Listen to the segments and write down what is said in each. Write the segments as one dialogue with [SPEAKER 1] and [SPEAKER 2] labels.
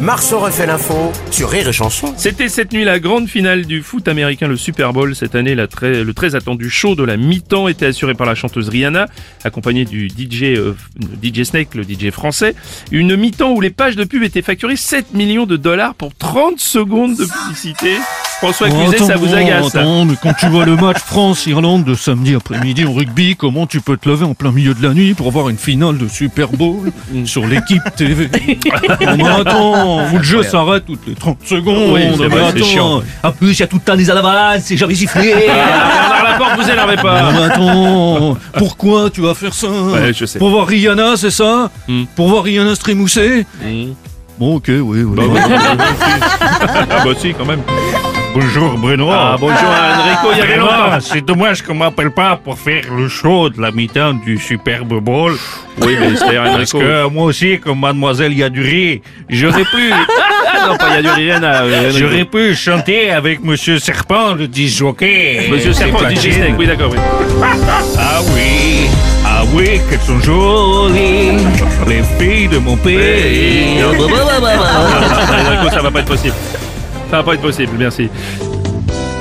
[SPEAKER 1] Marceau refait l'info sur Rire et Chanson.
[SPEAKER 2] C'était cette nuit la grande finale du foot américain, le Super Bowl. Cette année, la très- le très attendu show de la mi-temps était assuré par la chanteuse Rihanna, accompagnée du DJ, euh, DJ Snake, le DJ français. Une mi-temps où les pages de pub étaient facturées 7 millions de dollars pour 30 secondes de publicité. François
[SPEAKER 3] Oh,
[SPEAKER 2] Cluzet,
[SPEAKER 3] attends,
[SPEAKER 2] ça vous
[SPEAKER 3] bon,
[SPEAKER 2] agace. hein. ça.
[SPEAKER 3] attends, mais quand tu vois le match France-Irlande de samedi après-midi en rugby, comment tu peux te lever en plein milieu de la nuit pour voir une finale de Super Bowl
[SPEAKER 2] Mm.
[SPEAKER 3] sur l'équipe TV Non, mais attends, où le jeu s'arrête toutes les 30 secondes.
[SPEAKER 2] Oui, c'est
[SPEAKER 3] mais
[SPEAKER 2] vrai, c'est
[SPEAKER 3] attends.
[SPEAKER 2] chiant.
[SPEAKER 4] En plus, il y a tout le temps des alavances, c'est jamais sifflé.
[SPEAKER 2] Bernard Laporte, vous énervez
[SPEAKER 3] Non,
[SPEAKER 2] pas.
[SPEAKER 3] mais attends, pourquoi tu vas faire ça
[SPEAKER 2] Ouais, je sais.
[SPEAKER 3] Pour voir Rihanna, c'est ça
[SPEAKER 2] Mm.
[SPEAKER 3] Pour voir Rihanna se trémousser Bon, ok, oui, oui.
[SPEAKER 2] Bah Ah bah si, quand même.
[SPEAKER 5] Bonjour Bruno.
[SPEAKER 2] Ah, bonjour à Enrico, il y avait
[SPEAKER 5] Bruno,
[SPEAKER 2] longtemps.
[SPEAKER 5] c'est dommage qu'on m'appelle pas pour faire le show de la mi-temps du Superbe Bowl.
[SPEAKER 2] Oui, mais c'est
[SPEAKER 5] Parce
[SPEAKER 2] Enrico.
[SPEAKER 5] que moi aussi, comme Mademoiselle Yaduri, j'aurais pu,
[SPEAKER 2] Ah non, pas, il y a du Rihanna. euh, Enrico.
[SPEAKER 5] j'aurais pu chanter avec Monsieur Serpent, le disjockey.
[SPEAKER 2] Monsieur
[SPEAKER 5] C'est
[SPEAKER 2] Serpent,
[SPEAKER 5] facile.
[SPEAKER 2] DJ Snake, oui, d'accord, oui.
[SPEAKER 5] Ah oui, ah oui, qu'elles sont jolies, les filles de mon pays.
[SPEAKER 2] Allez, Enrico, ça va pas être possible. Ça va pas être possible, merci.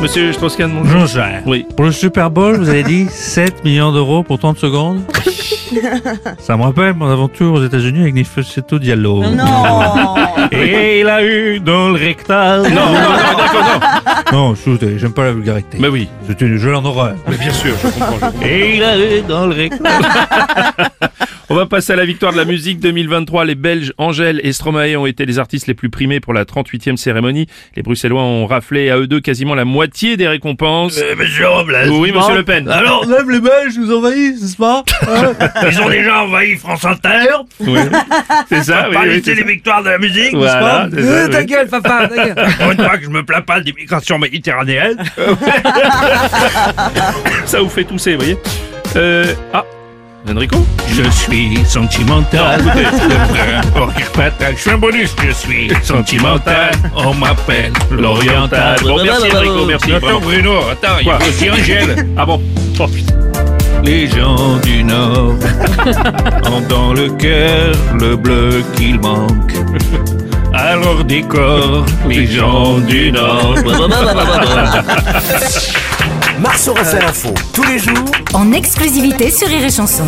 [SPEAKER 2] Monsieur Strauss-Kahn, bonjour.
[SPEAKER 5] Jean-Jacques.
[SPEAKER 2] Oui.
[SPEAKER 5] Pour le Super Bowl, vous avez dit 7 millions d'euros pour 30 secondes Ça me rappelle mon aventure aux États-Unis avec Nifoseto Diallo.
[SPEAKER 6] Non
[SPEAKER 5] Et il a eu dans le rectal.
[SPEAKER 2] Non, non, non, d'accord, non.
[SPEAKER 5] non, écoutez, j'aime pas la vulgarité.
[SPEAKER 2] Mais oui,
[SPEAKER 5] C'est une jeu en horreur.
[SPEAKER 2] mais bien sûr, je comprends. je comprends.
[SPEAKER 5] Et il a eu dans le rectal.
[SPEAKER 2] On va passer à la victoire de la musique 2023. Les Belges Angèle et Stromae ont été les artistes les plus primés pour la 38e cérémonie. Les Bruxellois ont raflé à eux deux quasiment la moitié des récompenses.
[SPEAKER 5] Monsieur Robles.
[SPEAKER 2] Oui, monsieur Le Pen.
[SPEAKER 5] Alors, même les Belges nous envahissent, n'est-ce pas Ils ont déjà envahi France Inter.
[SPEAKER 2] Oui. C'est ça, oui,
[SPEAKER 5] Par
[SPEAKER 2] oui,
[SPEAKER 5] les
[SPEAKER 2] c'est ça.
[SPEAKER 5] télévictoires de la musique,
[SPEAKER 2] Voilà,
[SPEAKER 5] n'est-ce
[SPEAKER 2] c'est ça,
[SPEAKER 5] pas
[SPEAKER 2] oui.
[SPEAKER 5] gueule, papa, ta gueule. Pour une fois que je me plains pas des migrations méditerranéennes.
[SPEAKER 2] Ça vous fait tousser, vous voyez. Euh, ah, Enrico
[SPEAKER 5] Je suis sentimental. Pour je suis un bonus, je suis sentimental. On m'appelle l'oriental.
[SPEAKER 2] Bon, merci Enrico, merci.
[SPEAKER 5] Attends,
[SPEAKER 2] vraiment.
[SPEAKER 5] Bruno, attends, il y a
[SPEAKER 2] Quoi
[SPEAKER 5] aussi Angèle.
[SPEAKER 2] Ah bon Oh, putain.
[SPEAKER 5] Les gens du Nord ont dans le cœur le bleu qu'il manque. Alors décore les gens du Nord.
[SPEAKER 1] Marceau refait l'info tous les jours
[SPEAKER 7] en exclusivité sur Rire et Chanson.